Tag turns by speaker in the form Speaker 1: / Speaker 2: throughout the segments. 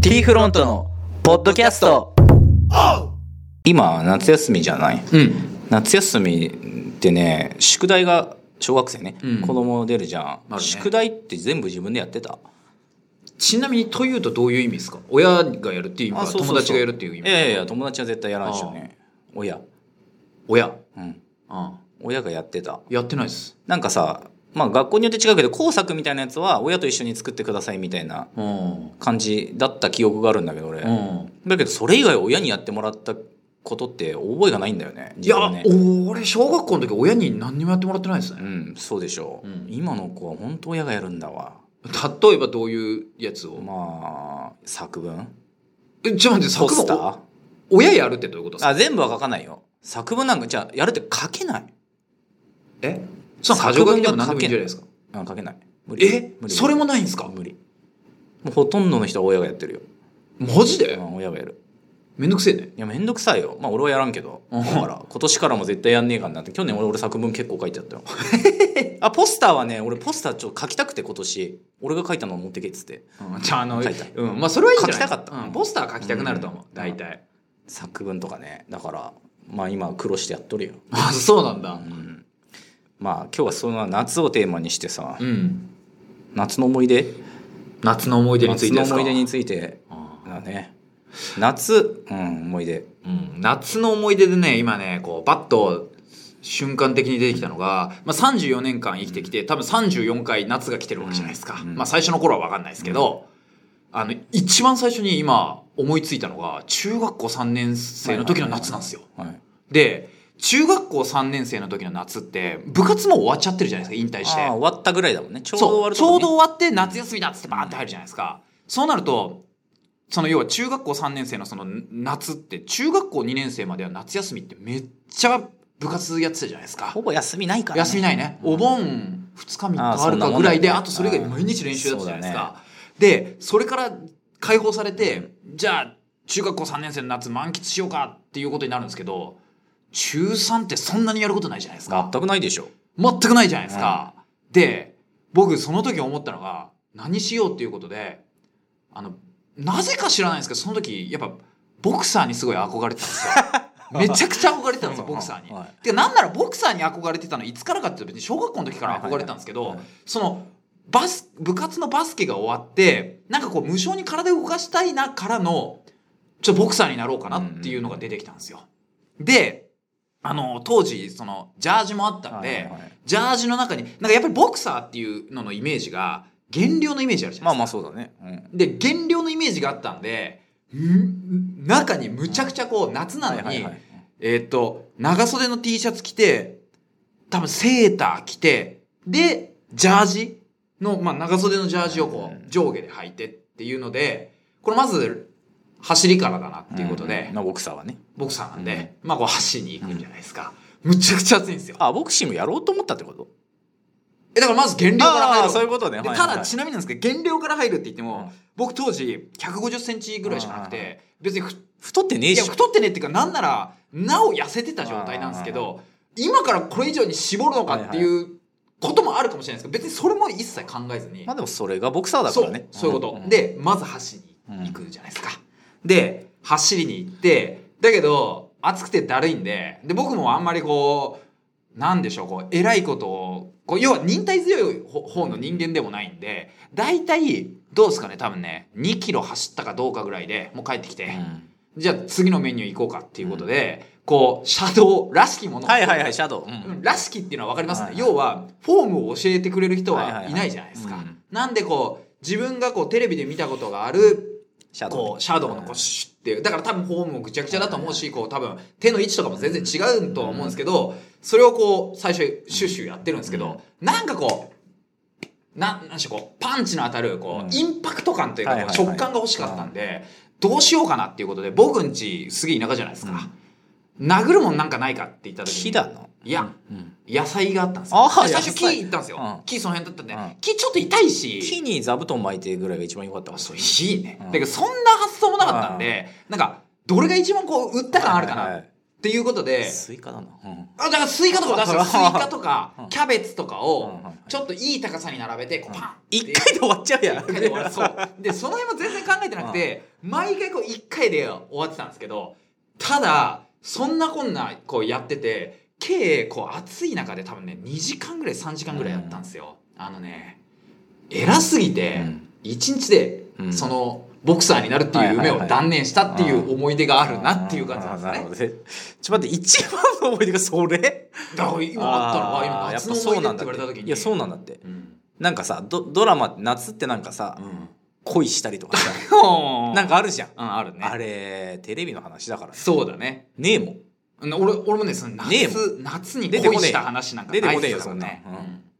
Speaker 1: T フロントのポッドキャスト
Speaker 2: 今夏休みじゃない
Speaker 1: うん
Speaker 2: 夏休みってね宿題が小学生ね、
Speaker 1: うん
Speaker 2: 子供出るじゃん、
Speaker 1: あるね
Speaker 2: 宿題って全部自分でやってた
Speaker 1: ちなみにというとどういう意味ですか親がやるっていう意味か友達がやるっていう意
Speaker 2: い
Speaker 1: 味
Speaker 2: やいやいや友達は絶対やらないでしょうね親
Speaker 1: 親
Speaker 2: うん
Speaker 1: あ
Speaker 2: 親がやってた
Speaker 1: やってないです
Speaker 2: なんかさまあ学校によって違うけど工作みたいなやつは親と一緒に作ってくださいみたいな
Speaker 1: うん
Speaker 2: 感じだった記憶があるんだけど俺、
Speaker 1: うん
Speaker 2: だけどそれ以外親にやってもらったことって覚えがないんだよね
Speaker 1: い
Speaker 2: 自
Speaker 1: や
Speaker 2: 分ね
Speaker 1: 俺小学校の時親に何にもやってもらってないです
Speaker 2: う
Speaker 1: ね
Speaker 2: んそうでしょう、
Speaker 1: うん
Speaker 2: 今の子は本当親がやるんだわ
Speaker 1: 例えばどういうやつを
Speaker 2: まあ作文
Speaker 1: えちょっと待って
Speaker 2: ポ
Speaker 1: 作
Speaker 2: スタ
Speaker 1: 文
Speaker 2: ー
Speaker 1: お親やるってどういうことですか
Speaker 2: あ全部は書かないよ作文なんかじゃあやるって書けない
Speaker 1: えその箇条書きでも何でもいいんじゃないですか
Speaker 2: あ書けない無理
Speaker 1: えそれもないんですか
Speaker 2: 無理もうほとんどの人は親がやってるよ、
Speaker 1: マジで
Speaker 2: うん、親がやる
Speaker 1: めんどくせえね
Speaker 2: いやめんどくさいよまあ俺はやらんけど
Speaker 1: う
Speaker 2: だ
Speaker 1: ん
Speaker 2: から今年からも絶対やんねえかなって去年俺俺作文結構書いてあ ったよあポスターはね俺ポスターちょっと書きたくて今年俺が書いたの持ってけっつって
Speaker 1: うんじゃああの
Speaker 2: 書いた
Speaker 1: うんまあそれはいいんじゃない
Speaker 2: 書きたかった
Speaker 1: うんポスター書きたくなると思う大体
Speaker 2: 作文とかねだからまあ今苦労してやっとるよ、
Speaker 1: あそうなんだ
Speaker 2: うん、まあ今日はその夏をテーマにしてさ
Speaker 1: うん
Speaker 2: 夏の思い出
Speaker 1: 夏の思い出につ
Speaker 2: 夏
Speaker 1: いて
Speaker 2: の
Speaker 1: ですか
Speaker 2: 思い出について
Speaker 1: あ
Speaker 2: だね夏うん思い出
Speaker 1: ーうん夏の思い出でね今ねこうバッと瞬間的に出てきたのが、まあ、34年間生きてきて多分34回夏が来てるわけじゃないですか、
Speaker 2: うん
Speaker 1: まあ、最初の頃は分かんないですけど、あの一番最初に今思いついたのが中学校3年生の時の夏なんですよ
Speaker 2: はい
Speaker 1: で中学校3年生の時の夏って部活もう終わっちゃってるじゃないですか引退して
Speaker 2: ああ終わったぐらいだもんねちょうど終
Speaker 1: そ
Speaker 2: わ
Speaker 1: う
Speaker 2: る
Speaker 1: ちょう
Speaker 2: ね
Speaker 1: ど終わって夏休みだっつってバーンって入るじゃないですか、そうなるとその要は中学校3年生のその夏って中学校2年生までは夏休みってめっちゃ部活やってたじゃないですか
Speaker 2: ほぼ休みないから、
Speaker 1: 休みないね
Speaker 2: うん
Speaker 1: お盆2日3
Speaker 2: あー
Speaker 1: 日あ
Speaker 2: そ
Speaker 1: る
Speaker 2: んな
Speaker 1: か
Speaker 2: もんだよね
Speaker 1: ぐらいであ,、とそれ以外毎日練習だったじゃないですか、でそれから解放されてじゃあ中学校3年生の夏満喫しようかっていうことになるんですけど中3ってそんなにやることないじゃないですか
Speaker 2: 全くないでしょ
Speaker 1: 全くないじゃないですか。で、僕その時思ったのが、何しようっていうことで、あの、なぜか知らないんですけど、その時、やっぱ、ボクサーにすごい憧れてたんです よ。めちゃくちゃ憧れてたんですよ、ボクサーに。
Speaker 2: はい
Speaker 1: で、なんならボクサーに憧れてたのいつからかっていうと別に小学校の時から憧れてたんですけ
Speaker 2: はい
Speaker 1: ど
Speaker 2: はいはい、
Speaker 1: その、バス、部活のバスケが終わって、なんかこう無償に体を動かしたいなからの、ちょっとボクサーになろうかなっていうのが出てきたんですよ。で、あの、当時、その、ジャージもあったんで、
Speaker 2: はいはいはい
Speaker 1: ジャージの中に、なんかやっぱりボクサーっていうののイメージが、減量のイメージあるじゃ
Speaker 2: ま
Speaker 1: な
Speaker 2: あ
Speaker 1: い
Speaker 2: まあ
Speaker 1: ですか。
Speaker 2: そうだね、うん、
Speaker 1: で、減量のイメージがあったんで、ん中にむちゃくちゃこう、夏なのに、
Speaker 2: い
Speaker 1: えーっと、長袖の T シャツ着て、多分セーター着て、で、ジャージの、まあ長袖のジャージをこ
Speaker 2: う
Speaker 1: う、上下で履いてっていうので、これまず、走りからだなっていうことで、
Speaker 2: んまあ、ボクサーはね
Speaker 1: ボクサーなんで、まあこう走りに行くんじゃないですか。むちゃくちゃ暑いんですよ。
Speaker 2: あボクシングやろうと思ったってこと
Speaker 1: え、だからまず減量から入
Speaker 2: あ
Speaker 1: ろ
Speaker 2: ー
Speaker 1: う
Speaker 2: そういうことね
Speaker 1: で
Speaker 2: はい
Speaker 1: た
Speaker 2: はい
Speaker 1: だ
Speaker 2: はい
Speaker 1: ちなみになんですけど減量から入るって言っても、
Speaker 2: うん
Speaker 1: 僕当時150センチぐらいしかなく
Speaker 2: うん
Speaker 1: て別にふ
Speaker 2: 太ってねえ
Speaker 1: いや
Speaker 2: しょ
Speaker 1: 太ってねっていうかなんならなお痩せてた状態なんですけど今からこれ以上に絞るのかっていうこともあるかもしれないですけど別にそれも一切考えずに、
Speaker 2: まあでもそれがボクサーだか
Speaker 1: そ
Speaker 2: ら
Speaker 1: う
Speaker 2: ね
Speaker 1: そういうこと、
Speaker 2: ん
Speaker 1: でまず走りに行くじゃないですか、で走りに行ってだけど暑くてだるいんでで僕もあんまりこうなんでしょうこう偉いことをこう要は忍耐強いほ方の人間でもないんで大体どうですかね多分ね2キロ走ったかどうかぐらいでもう帰ってきて、
Speaker 2: うん
Speaker 1: じゃあ次のメニュー行こうかっていうことで、こう車道らしきものを
Speaker 2: はいはいはいシャドウ、う
Speaker 1: うん
Speaker 2: ん
Speaker 1: らしきっていうのは分かりますね、
Speaker 2: はい
Speaker 1: 要はフォームを教えてくれる人
Speaker 2: はいはい
Speaker 1: は
Speaker 2: はい
Speaker 1: いないじゃないですか、
Speaker 2: うん
Speaker 1: なんでこう自分がこうテレビで見たことがある
Speaker 2: シャドウ
Speaker 1: こうシャドウのこうシュッていうだから多分フォームもぐちゃぐちゃだと思うしこう多分手の位置とかも全然違うとは思うんですけどそれをこう最初シュッシュやってるんですけどなんかこうななんでしょうこうパンチの当たるこ
Speaker 2: うん
Speaker 1: うインパクト感というか
Speaker 2: はい
Speaker 1: こ
Speaker 2: は
Speaker 1: う
Speaker 2: いはい
Speaker 1: 食感が欲しかったんでどうしようかなっていうことで僕んちすげえ田舎じゃないですか殴るもんなんかないかって言った時に
Speaker 2: 木だない
Speaker 1: や
Speaker 2: うん
Speaker 1: 野菜があったんです
Speaker 2: あ
Speaker 1: よ。
Speaker 2: ー
Speaker 1: で最初
Speaker 2: 野
Speaker 1: 木
Speaker 2: 菜
Speaker 1: 行ったんですよ。
Speaker 2: うん
Speaker 1: 木その辺だったんで、
Speaker 2: うん
Speaker 1: 木ちょっと痛いし。
Speaker 2: 木に座布団巻いてぐらいが一番良かったわ
Speaker 1: あそれいいね。
Speaker 2: うん
Speaker 1: だけどそんな発想もなかったんで、なんかどれが一番こう売った感あるかなっ
Speaker 2: はいはい
Speaker 1: っていうことで
Speaker 2: スイカだな、うん
Speaker 1: あだからスイカとかも出したらスイカとか
Speaker 2: うん
Speaker 1: キャベツとか
Speaker 2: うん
Speaker 1: を
Speaker 2: うん
Speaker 1: ちょっといい高さに並べてこうパンって
Speaker 2: 一回で終わっちゃうやん
Speaker 1: 一回で終わるそうでその辺も全然考えてなくて毎回こう1回で終わってたんですけどただそんなこんなこうやってて計こう暑い中で多分ね2時間ぐらい3時間ぐらいやったんですよあのね偉すぎ
Speaker 2: う
Speaker 1: て
Speaker 2: ん
Speaker 1: 1日で
Speaker 2: うん
Speaker 1: そのボクサーになるっていう夢
Speaker 2: はいはい
Speaker 1: を
Speaker 2: はい
Speaker 1: 断念したっていう思い出があるなっていう感じなんです
Speaker 2: あー
Speaker 1: ね
Speaker 2: るほどねちょっと待って一番の思い出が それ
Speaker 1: だから今あったのは
Speaker 2: あー
Speaker 1: 今
Speaker 2: やっぱ
Speaker 1: 夏の
Speaker 2: そう
Speaker 1: 思い出
Speaker 2: な
Speaker 1: っ
Speaker 2: ん
Speaker 1: て
Speaker 2: だ
Speaker 1: 言
Speaker 2: っ
Speaker 1: われた
Speaker 2: て
Speaker 1: 時に
Speaker 2: いやそうなんだってなんかさドドラマ夏ってなんかさ恋したりとかさ
Speaker 1: な
Speaker 2: なんん
Speaker 1: か
Speaker 2: かあるじゃん
Speaker 1: あるね
Speaker 2: あれテレビの話だからね
Speaker 1: そうだね
Speaker 2: ねえもん
Speaker 1: な俺俺もねその夏
Speaker 2: ねえ
Speaker 1: 夏に
Speaker 2: 出てこね
Speaker 1: 恋
Speaker 2: え
Speaker 1: した話なんかないです
Speaker 2: 出て
Speaker 1: からね
Speaker 2: こねえよそんな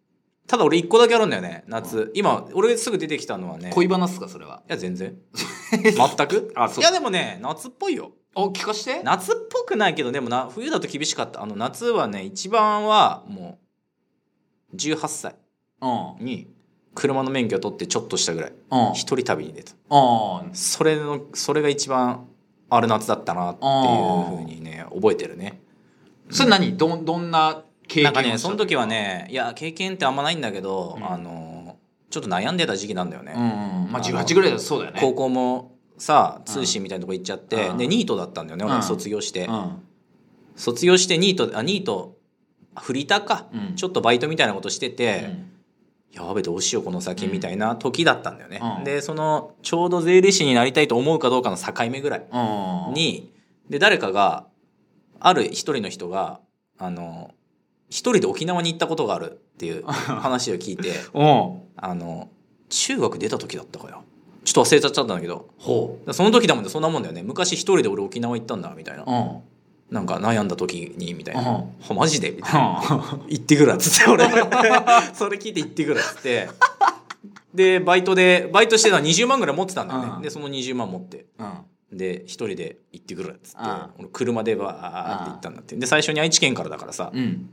Speaker 2: ただ俺一個だけあるんだよね夏、今俺すぐ出てきたのは
Speaker 1: う
Speaker 2: ね
Speaker 1: ん
Speaker 2: い
Speaker 1: 恋話っすかそれは
Speaker 2: や全 然全く
Speaker 1: あそ
Speaker 2: い
Speaker 1: う
Speaker 2: やでもね夏っぽいよ
Speaker 1: お聞かして
Speaker 2: 夏っぽくないけどでもな冬だと厳しかったあの夏はね一番はもう18歳
Speaker 1: うんうん
Speaker 2: に車の免許を取ってちょっとしたぐらい
Speaker 1: あ
Speaker 2: 一人旅に出た
Speaker 1: あ
Speaker 2: それのそれが一番ある夏だったなっていうふうにね覚えてるね
Speaker 1: それ何どんどんな経験
Speaker 2: なん
Speaker 1: を
Speaker 2: かね
Speaker 1: した
Speaker 2: その時はねいや経験ってあんまないんだけど、
Speaker 1: うん
Speaker 2: あのちょっと悩んでた時期なんだよね、
Speaker 1: うんうんまあ18ぐらいだとそうだよね
Speaker 2: 高校もさ通信みたいなとこ行っちゃって、
Speaker 1: うん
Speaker 2: でニートだったんだよね、
Speaker 1: うん
Speaker 2: 俺卒業して、
Speaker 1: うん
Speaker 2: 卒業してニートあニートフリーターか、
Speaker 1: うん
Speaker 2: ちょっとバイトみたいなことして
Speaker 1: う
Speaker 2: て、
Speaker 1: ん
Speaker 2: やべどうしようこの先みたいな時だったんだよね、
Speaker 1: うん
Speaker 2: でそのちょうど税理士になりたいと思うかどうかの境目ぐらい
Speaker 1: うん
Speaker 2: にで誰かがある一人の人があの一人で沖縄に行ったことがあるって いう話を聞いて
Speaker 1: うん
Speaker 2: あの中学出た時だったかよちょっと忘れちゃっちゃったんだけど
Speaker 1: ほ
Speaker 2: だからその時だもんねそんなもんだよね昔一人で俺沖縄行ったんだみたいな
Speaker 1: ううん
Speaker 2: なんか悩んだ時にみたいな「
Speaker 1: うん
Speaker 2: はマジで?」みたいな
Speaker 1: う
Speaker 2: 「行ってくる」っつって俺 それ聞いて行ってくるっつってでバイトでバイトしてたの20万ぐらい持ってたんだよね、
Speaker 1: うん
Speaker 2: でその20万持って
Speaker 1: ん
Speaker 2: で一人で行ってくるっつって、
Speaker 1: うん
Speaker 2: 俺車でバーって行ったんだってで最初に愛知県からだからさ、
Speaker 1: うん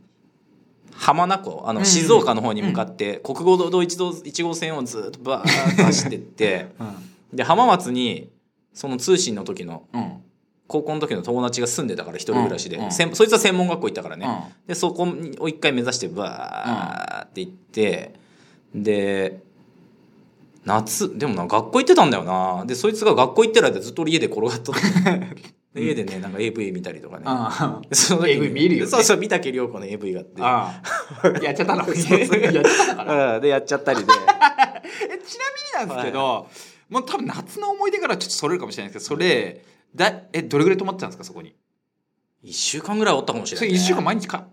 Speaker 2: 浜名湖あ
Speaker 1: う
Speaker 2: の
Speaker 1: ん
Speaker 2: 静岡の方に向かって、国道道1号線をずーっとバーって走ってって
Speaker 1: うん
Speaker 2: で浜松にその通信の時の
Speaker 1: うん
Speaker 2: 高校の時の友達が住んでたから一人暮らしで、
Speaker 1: うんうん
Speaker 2: せんそいつは専門学校行ったからね、
Speaker 1: うん
Speaker 2: でそこを一回目指してバーって行って、で夏でもな学校行ってたんだよなでそいつが学校行ってる間ずっと俺家で転がっとって で家でねなんか AV 見たりとかね
Speaker 1: あ
Speaker 2: でその時に
Speaker 1: AV 見るよね
Speaker 2: そうそう見たけ涼子の AV があって
Speaker 1: あ やっちゃったのやっち
Speaker 2: そうそう
Speaker 1: ゃったから
Speaker 2: うんでやっちゃったり で
Speaker 1: えちなみになんですけど、もう多分夏の思い出からちょっとそれるかもしれないですけどそれだえどれぐらい泊まってたんですかそこに
Speaker 2: 1週間ぐらいおったかもしれ
Speaker 1: そ
Speaker 2: ない、
Speaker 1: れ
Speaker 2: ね、
Speaker 1: 1週間毎日か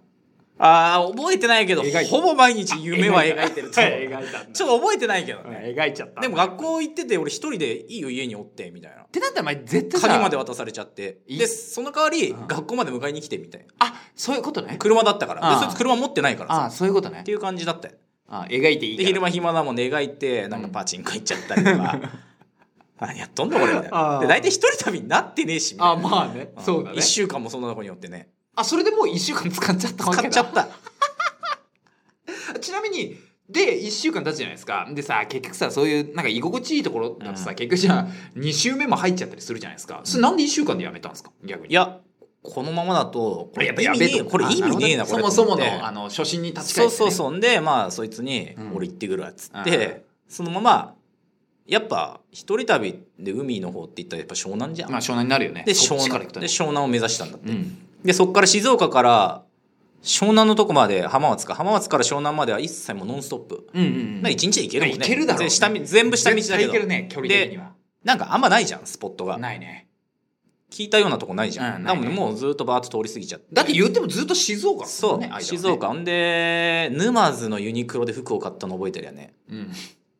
Speaker 2: ああ覚えてないけど
Speaker 1: 描いて
Speaker 2: ほぼ毎日夢は描いてると
Speaker 1: と
Speaker 2: 思う
Speaker 1: 描いたんだ
Speaker 2: ちょっと覚えてないけど
Speaker 1: うん
Speaker 2: ね
Speaker 1: 描いちゃった
Speaker 2: でも学校行ってて俺一人でいいよ家におってみたいな
Speaker 1: ってなったら前絶対さ
Speaker 2: 鍵まで渡されちゃって
Speaker 1: い
Speaker 2: でその代わり
Speaker 1: うん
Speaker 2: 学校まで迎えに来てみたいな
Speaker 1: あそういうことね
Speaker 2: 車だったから
Speaker 1: ああ
Speaker 2: でそいつ車持ってないから
Speaker 1: あ
Speaker 2: さ
Speaker 1: あそういうことね
Speaker 2: っていう感じだったよ
Speaker 1: あ描いていいか
Speaker 2: で
Speaker 1: ら
Speaker 2: 昼間暇なもんで描いてなんかパチンコ行っちゃったりと か何やっとんのこれみたい
Speaker 1: あ
Speaker 2: な
Speaker 1: あ
Speaker 2: で大体一人旅になってねえしみた
Speaker 1: あ
Speaker 2: いな
Speaker 1: まあね
Speaker 2: ん
Speaker 1: そうだね
Speaker 2: 一週間もそんなとこによってね
Speaker 1: あそれでもう1週間使っちゃったわ
Speaker 2: 使
Speaker 1: け
Speaker 2: っ
Speaker 1: だ
Speaker 2: ちゃった
Speaker 1: ちなみにで1週間経つじゃないですかでさ結局さそういうなんか居心地いいところだとさ、
Speaker 2: うん
Speaker 1: 結局じゃあ2週目も入っちゃったりするじゃないですかそれなんで1週間でやめたんですか逆に
Speaker 2: いやこのままだとこれ
Speaker 1: やっぱ
Speaker 2: 意
Speaker 1: や
Speaker 2: 味
Speaker 1: べ
Speaker 2: ね
Speaker 1: え
Speaker 2: え
Speaker 1: と
Speaker 2: これ意味ねえな
Speaker 1: あ
Speaker 2: こ
Speaker 1: る
Speaker 2: れ
Speaker 1: ほどそもそも
Speaker 2: と思って
Speaker 1: のあの初心に立ち返
Speaker 2: そ
Speaker 1: っ
Speaker 2: う
Speaker 1: て、ね、
Speaker 2: そうそうんでまあそいつに「俺行ってくるわ」っつって、そのままやっぱ一人旅で海の方って言ったらやっぱ湘南じゃん、
Speaker 1: まあ湘南になるよね
Speaker 2: で湘
Speaker 1: そっち
Speaker 2: 南
Speaker 1: から行くと
Speaker 2: で
Speaker 1: ね
Speaker 2: 湘南を目指したんだって、
Speaker 1: うん
Speaker 2: でそっから静岡から湘南のとこまで浜松か浜松から湘南までは一切もうノンストップ、
Speaker 1: うんうん
Speaker 2: なんか一日で行けるもんね
Speaker 1: いや行けるだろうね
Speaker 2: 全下道全部下道だけ
Speaker 1: 絶対行け
Speaker 2: ど
Speaker 1: るね距離的には
Speaker 2: なんかあんまないじゃんスポットが
Speaker 1: ないね
Speaker 2: 聞いたようなとこないじゃん、
Speaker 1: うん
Speaker 2: な
Speaker 1: ない
Speaker 2: の
Speaker 1: ね
Speaker 2: でもうずっとバーッと通り過ぎちゃって
Speaker 1: だって言ってもずっと静岡だもんね
Speaker 2: そう、
Speaker 1: 間はね
Speaker 2: 静岡ほんで沼津のユニクロで服を買ったの覚えてるよね
Speaker 1: うん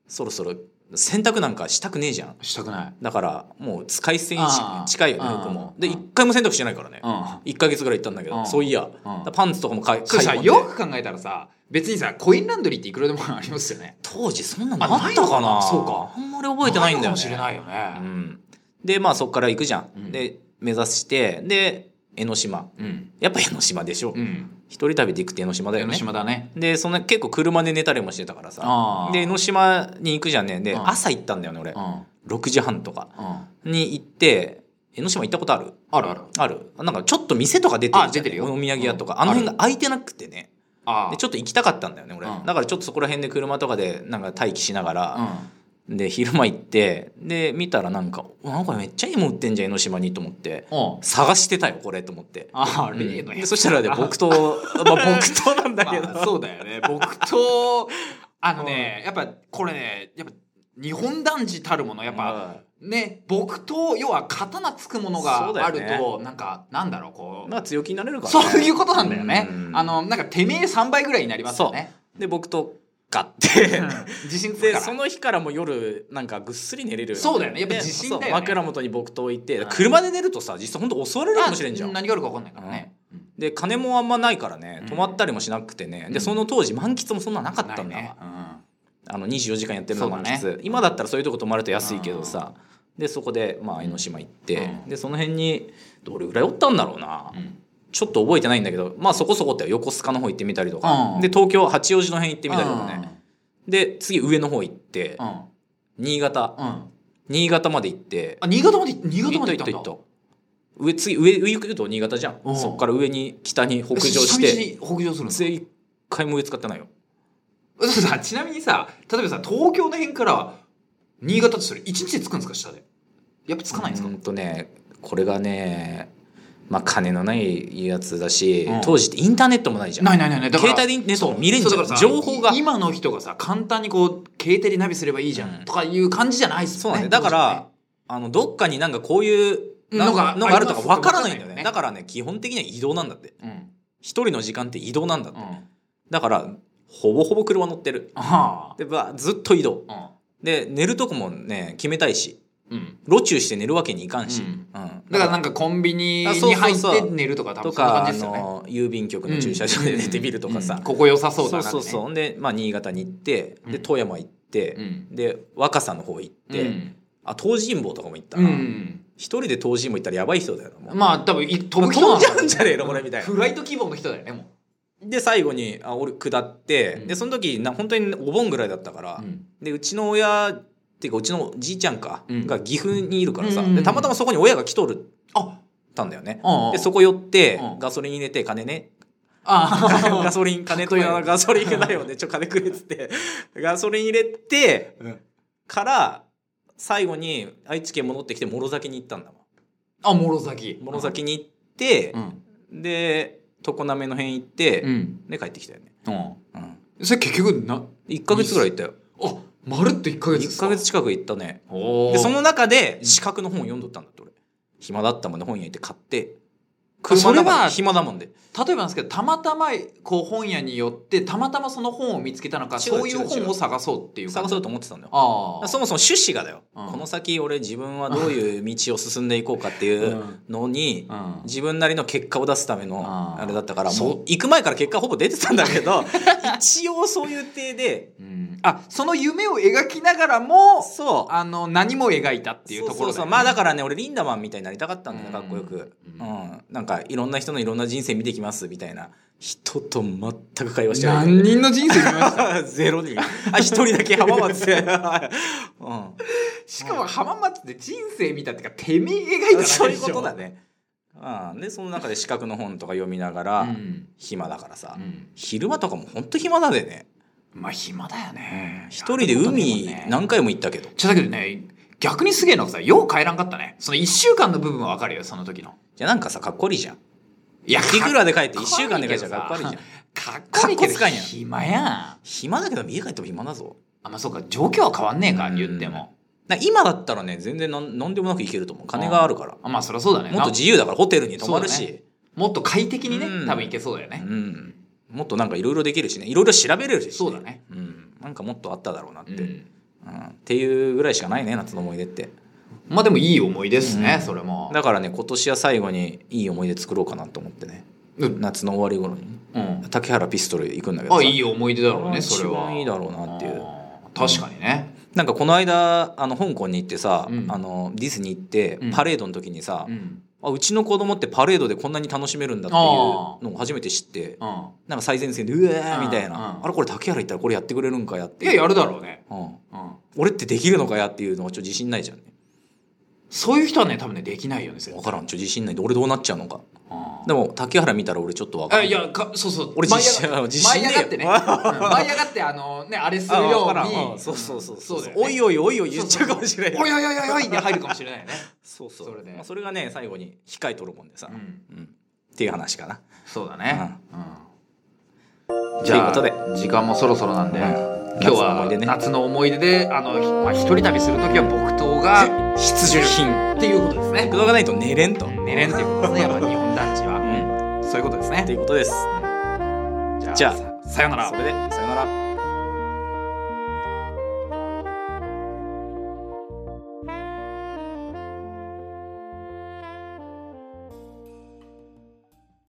Speaker 2: そろそろ洗濯なんかしたくねえじゃん
Speaker 1: したくない
Speaker 2: だからもう使い捨てに
Speaker 1: あー
Speaker 2: 近いよね
Speaker 1: うん
Speaker 2: 僕もで
Speaker 1: うん
Speaker 2: 一回も洗濯してないからね
Speaker 1: うん
Speaker 2: 1か月ぐらい行ったんだけ
Speaker 1: う
Speaker 2: ど
Speaker 1: ん
Speaker 2: そういや
Speaker 1: うん
Speaker 2: だパンツとかも買い
Speaker 1: それさ
Speaker 2: 買い込んで
Speaker 1: よく考えたらさ別にさコインランドリーっていくらでもありますよね
Speaker 2: 当時そんなの
Speaker 1: あ
Speaker 2: あっ
Speaker 1: ないの
Speaker 2: たか
Speaker 1: か
Speaker 2: な
Speaker 1: なそうか
Speaker 2: あんまり覚えてないんだよね
Speaker 1: かもしれないよ
Speaker 2: う
Speaker 1: ね
Speaker 2: んでまあそっから行くじゃん、
Speaker 1: うん
Speaker 2: で目指してで江ノ島
Speaker 1: うん
Speaker 2: やっぱ江ノ島でしょ、
Speaker 1: うん
Speaker 2: 一人旅で行くって江ノ島だ
Speaker 1: 江
Speaker 2: よ
Speaker 1: ノ
Speaker 2: ね
Speaker 1: 島だね
Speaker 2: でそんな結構車で寝たりもしてたからさ
Speaker 1: あー
Speaker 2: で江ノ島に行くじゃんねで
Speaker 1: うん
Speaker 2: 朝行ったんだよね俺
Speaker 1: うん
Speaker 2: 6時半とか
Speaker 1: うん
Speaker 2: に行って江ノ島行ったことある
Speaker 1: あるある
Speaker 2: あるなんかちょっと店とか出てるじゃん
Speaker 1: あ出てるよ
Speaker 2: お土産屋とか、
Speaker 1: うん
Speaker 2: あの辺が空いてなくてね
Speaker 1: あ
Speaker 2: で
Speaker 1: あ
Speaker 2: ちょっと行きたかったんだよね俺、
Speaker 1: うん
Speaker 2: だからちょっとそこら辺で車とかでなんか待機しながら、で昼間行ってで見たらなんか「なんかめっちゃいいもん売ってんじゃん江ノ島に」と思って
Speaker 1: うんうん
Speaker 2: 探してたよこれと思って、
Speaker 1: ああ
Speaker 2: うん
Speaker 1: 例のや
Speaker 2: で
Speaker 1: つ
Speaker 2: そしたらね僕と、まあ、 僕となんだけど、
Speaker 1: まあそうだよね僕とあのねやっぱこれねやっぱ日本男児たるものやっぱね僕と要は刀つくものが
Speaker 2: そうだ
Speaker 1: あ
Speaker 2: よ
Speaker 1: る
Speaker 2: ね
Speaker 1: となんかなんだろうこ
Speaker 2: う
Speaker 1: うん
Speaker 2: なんか強気になれるからね、
Speaker 1: そういうことなんだよね
Speaker 2: うん
Speaker 1: あのなんかてめえ3倍ぐらいになりますよね
Speaker 2: で僕と買って
Speaker 1: 自信つく
Speaker 2: で
Speaker 1: から
Speaker 2: その日からもう夜なんかぐっすり寝れるよに
Speaker 1: そうだよねやっぱ自信だよね
Speaker 2: でそう枕元に僕と置いて
Speaker 1: うん
Speaker 2: 車で寝るとさ実際本当襲われるかもしれんじゃ
Speaker 1: あ
Speaker 2: ん
Speaker 1: 何があるか分かんないからねうん
Speaker 2: で金もあんまないからね
Speaker 1: うん
Speaker 2: 泊まったりもしなくてね、
Speaker 1: う
Speaker 2: で
Speaker 1: ん
Speaker 2: その当時満喫もそんななかったんだわ、
Speaker 1: ないねうん
Speaker 2: あの24時間やってるの
Speaker 1: そうだ
Speaker 2: 満
Speaker 1: ね
Speaker 2: 喫、今だったらそういうとこ泊まると安いけどさ、でそこで、まあ、江ノ島行って、
Speaker 1: うん
Speaker 2: でその辺にどれぐらいおったんだろうな、
Speaker 1: うん
Speaker 2: ちょっと覚えてないんだけどまあそこそこって横須賀の方行ってみたりとか、
Speaker 1: うん
Speaker 2: で東京八王子の辺行ってみたりとかね、で次上の方行って、
Speaker 1: うん
Speaker 2: 新潟
Speaker 1: うんうん
Speaker 2: 新潟まで行って
Speaker 1: あ新潟まで新潟まで行ったんだ
Speaker 2: 行った行った上次上上行くと新潟じゃん、
Speaker 1: うん
Speaker 2: そこから上に北に北上し
Speaker 1: 下道
Speaker 2: て
Speaker 1: に北上するの
Speaker 2: 全一回も上使ってないよ
Speaker 1: そうさちなみにさ例えばさ東京の辺から新潟ってそれ1日で着くんですか下でやっぱ着かないんですか、
Speaker 2: うんとねこれがねまあ金のないやつだし、
Speaker 1: うん
Speaker 2: 当時ってインターネットもないじゃん
Speaker 1: ないないないないだから
Speaker 2: 携帯でネットも見れんじゃん
Speaker 1: そうだからさ
Speaker 2: 情報が
Speaker 1: い今の人がさ簡単にこう携帯でナビすればいいじゃん、
Speaker 2: うん
Speaker 1: とかいう感じじゃないっす
Speaker 2: そう
Speaker 1: よ
Speaker 2: なん
Speaker 1: ね
Speaker 2: だよだからあのどっかになんかこういうな
Speaker 1: のが
Speaker 2: のがあるとかわからないんだよ
Speaker 1: わかんないよ
Speaker 2: ね
Speaker 1: ね
Speaker 2: だからね基本的には移動なんだって
Speaker 1: 当時はね
Speaker 2: 一人の時間って移動なんだって、
Speaker 1: うんうん
Speaker 2: だからほぼほぼ車乗ってる
Speaker 1: あ
Speaker 2: でばずっと移動
Speaker 1: あ
Speaker 2: で寝るとこもね決めたいし
Speaker 1: うん、うん、
Speaker 2: 路中して寝るわけにいかんし、
Speaker 1: う
Speaker 2: うんん
Speaker 1: だからなんかコンビニ
Speaker 2: あそ
Speaker 1: に
Speaker 2: うそ
Speaker 1: 入
Speaker 2: う
Speaker 1: っ
Speaker 2: そう
Speaker 1: て寝るとか多
Speaker 2: と
Speaker 1: 分そんな
Speaker 2: か、
Speaker 1: 感じ
Speaker 2: あ
Speaker 1: ですよね
Speaker 2: の郵便局の駐車場で寝てみるとかさ、
Speaker 1: うんここ良さそうだなって、ね、
Speaker 2: そうそうそうで、まあ、新潟に行って
Speaker 1: う
Speaker 2: で
Speaker 1: ん
Speaker 2: 富山行って、
Speaker 1: うん
Speaker 2: で若狭の方行って、
Speaker 1: うん
Speaker 2: あ東尋坊とかも行った
Speaker 1: う
Speaker 2: な、
Speaker 1: ん、
Speaker 2: 一人で東尋坊行ったらやばい人だよなもう
Speaker 1: まあ多分い飛ぶ人
Speaker 2: 飛
Speaker 1: なんん
Speaker 2: じ
Speaker 1: だ
Speaker 2: ゃうんじゃねえのこれみたいな
Speaker 1: フライト希望の人だよねも
Speaker 2: で最後にあ俺下って、
Speaker 1: うん
Speaker 2: でその時な本当にお盆ぐらいだったから、
Speaker 1: う、うん
Speaker 2: でうちの親っていうかうちのじいちゃんか、
Speaker 1: うん
Speaker 2: が岐阜にいるからさ、
Speaker 1: うんうんうん
Speaker 2: でたまたまそこに親が来とる
Speaker 1: あ
Speaker 2: たんだよね、
Speaker 1: あ
Speaker 2: でそこ寄って、
Speaker 1: うん
Speaker 2: ガソリン入れて金 ね
Speaker 1: あ
Speaker 2: ガソリン金という名のガソリンだよねちょ金くれっつってガソリン入れて
Speaker 1: うん
Speaker 2: から最後に愛知県戻ってきて諸崎に行ったんだも
Speaker 1: あ諸崎
Speaker 2: ん諸崎に行って
Speaker 1: う、ん
Speaker 2: で常滑の辺行って、
Speaker 1: うん、
Speaker 2: で帰ってきたよね、
Speaker 1: うん、
Speaker 2: うん、
Speaker 1: それ結局な
Speaker 2: 1ヶ月ぐらい行ったよ
Speaker 1: あまるっと1ヶ月っ
Speaker 2: 1
Speaker 1: すか
Speaker 2: ヶ月近く行ったね
Speaker 1: おー
Speaker 2: でその中で資格の本を読んどったんだって俺暇だったもんで本屋行って買って車
Speaker 1: それ
Speaker 2: の
Speaker 1: は
Speaker 2: 中で暇だもんで
Speaker 1: 例えばなんですけどたまたまこう本屋によってたまたまその本を見つけたのか
Speaker 2: 違う
Speaker 1: そうい
Speaker 2: 違う違
Speaker 1: う
Speaker 2: う
Speaker 1: 本を探そうっていう
Speaker 2: 探そううと思ってたんだよ
Speaker 1: ああ
Speaker 2: そもそも趣旨がだよ、
Speaker 1: うん
Speaker 2: この先俺自分はどういう道を進んでいこうかっていうのに、
Speaker 1: うん
Speaker 2: 自分なりの結果を出すための
Speaker 1: あー
Speaker 2: あれだったから
Speaker 1: そう
Speaker 2: もう行く前から結果ほぼ出てたんだけ ど一応そういう体で
Speaker 1: うんあその夢を描きながらも
Speaker 2: そう
Speaker 1: あの何も描いたっていうところ
Speaker 2: そうそうそう
Speaker 1: よね
Speaker 2: まあだからね俺リンダマンみたいになりたかったんだよね
Speaker 1: う
Speaker 2: か
Speaker 1: ん
Speaker 2: っこよく、
Speaker 1: う
Speaker 2: うんんなんかいろんな人のいろんな人生見てきますみたいな人と全く会話してない
Speaker 1: 何人の人生見ました
Speaker 2: ゼロ人あ一人だけ浜松 で、うん
Speaker 1: しかも浜松で人生見たっていうかてめえ描い ただけでし ょ
Speaker 2: そういうことだね。うん、でその中で資格の本とか読みながら、
Speaker 1: うん
Speaker 2: 暇だからさ、
Speaker 1: うん
Speaker 2: 昼間とかもほんと暇だでね
Speaker 1: まあ暇だよね
Speaker 2: 一人で海
Speaker 1: やることね
Speaker 2: 何回も行ったけど
Speaker 1: ちょだけどね逆にすげえのがさよう帰らんかったねその1週間の部分はわかるよその時の
Speaker 2: じゃあなんかさかっこいいじゃん
Speaker 1: いや
Speaker 2: いくらで帰って
Speaker 1: かっこいい
Speaker 2: 1週間で帰っちゃう
Speaker 1: けどさ
Speaker 2: かっこ悪いじゃん
Speaker 1: かっこいい
Speaker 2: かっこ
Speaker 1: けど
Speaker 2: つかんやん
Speaker 1: 暇やんあ
Speaker 2: 暇だけど家帰っても暇だぞ
Speaker 1: まあそうか状況は変わんねえか言っても
Speaker 2: だから今だったらね全然なんなんでもなく行けると思う金があるから、
Speaker 1: あまあそりゃそうだね
Speaker 2: もっと
Speaker 1: な
Speaker 2: 自由だからホテルに泊まる
Speaker 1: そう
Speaker 2: し
Speaker 1: だもっと快適にね
Speaker 2: うん
Speaker 1: 多分いけそうだよ
Speaker 2: う
Speaker 1: ね
Speaker 2: ん、もっとなんかいろいろできるしねいろいろ調べれるし、
Speaker 1: そうだね
Speaker 2: うん、なんかもっとあっただろうなって、
Speaker 1: う
Speaker 2: うん
Speaker 1: ん
Speaker 2: っていうぐらいしかないね夏の思い出って
Speaker 1: まあでもいい思い出ですね
Speaker 2: うん
Speaker 1: それも
Speaker 2: だからね今年は最後にいい思い出作ろうかなと思ってね
Speaker 1: うん
Speaker 2: 夏の終わり頃に
Speaker 1: うん
Speaker 2: 竹原ピストル行くんだけど
Speaker 1: あ
Speaker 2: さ
Speaker 1: いい思い出だろうねそれ
Speaker 2: 一
Speaker 1: は
Speaker 2: 番いいだろうなっていう
Speaker 1: あー確かにね
Speaker 2: なんかこの間あの香港に行ってさ、
Speaker 1: うん
Speaker 2: あのディズニー行って
Speaker 1: うん
Speaker 2: パレードの時にさ、
Speaker 1: うん
Speaker 2: あうちの子供ってパレードでこんなに楽しめるんだっていうのを初めて知って
Speaker 1: うん
Speaker 2: なんか最前線でうわ
Speaker 1: う
Speaker 2: ー
Speaker 1: ん
Speaker 2: みたい
Speaker 1: うん
Speaker 2: なあれこれ竹原行ったらこれやってくれるんかやって
Speaker 1: いややるだろうね
Speaker 2: うん
Speaker 1: うん
Speaker 2: 俺ってできるのかやっていうのはちょっと自信ないじゃんね
Speaker 1: そういう人はね多分ねできないよね絶
Speaker 2: 分
Speaker 1: 対
Speaker 2: からんちょ自信ないで俺どうなっちゃうのか
Speaker 1: うん
Speaker 2: でも竹原見たら俺ちょっと分か
Speaker 1: あ
Speaker 2: る
Speaker 1: いやかそうそう
Speaker 2: 俺
Speaker 1: 舞い
Speaker 2: 自
Speaker 1: 上
Speaker 2: 信
Speaker 1: が
Speaker 2: 自信ねえよ
Speaker 1: 舞い上がってねうん舞い上がってあのねあれするよ
Speaker 2: 分からん
Speaker 1: う
Speaker 2: うん
Speaker 1: に
Speaker 2: そうそうそう
Speaker 1: そうだよね
Speaker 2: おいおいおいおい言っちゃうかもしれない
Speaker 1: おいおいおいおいで入るかもしれないよね
Speaker 2: そうそう
Speaker 1: それで
Speaker 2: まあ、それがね最後に控えとるもんでさ、
Speaker 1: う
Speaker 2: うん
Speaker 1: ん
Speaker 2: っていう話かな
Speaker 1: そうだねう
Speaker 2: と
Speaker 1: んじ
Speaker 2: いう
Speaker 1: ゃ
Speaker 2: こ
Speaker 1: あ
Speaker 2: とで
Speaker 1: 時間もそろそろなんで、
Speaker 2: うん
Speaker 1: 今
Speaker 2: 夏の思い出
Speaker 1: 日は
Speaker 2: ね
Speaker 1: 夏の思い出であの、ひまあ、一人旅する時は木刀 が
Speaker 2: 必需品
Speaker 1: っていうことですね
Speaker 2: 僕がないと寝れんと、
Speaker 1: 寝れんっていうことですねやっぱ日本男児
Speaker 2: う
Speaker 1: は
Speaker 2: ん、
Speaker 1: そういうことです
Speaker 2: って
Speaker 1: ね
Speaker 2: いうことです
Speaker 1: じ
Speaker 2: じゃ
Speaker 1: あささよなら
Speaker 2: それでさよなら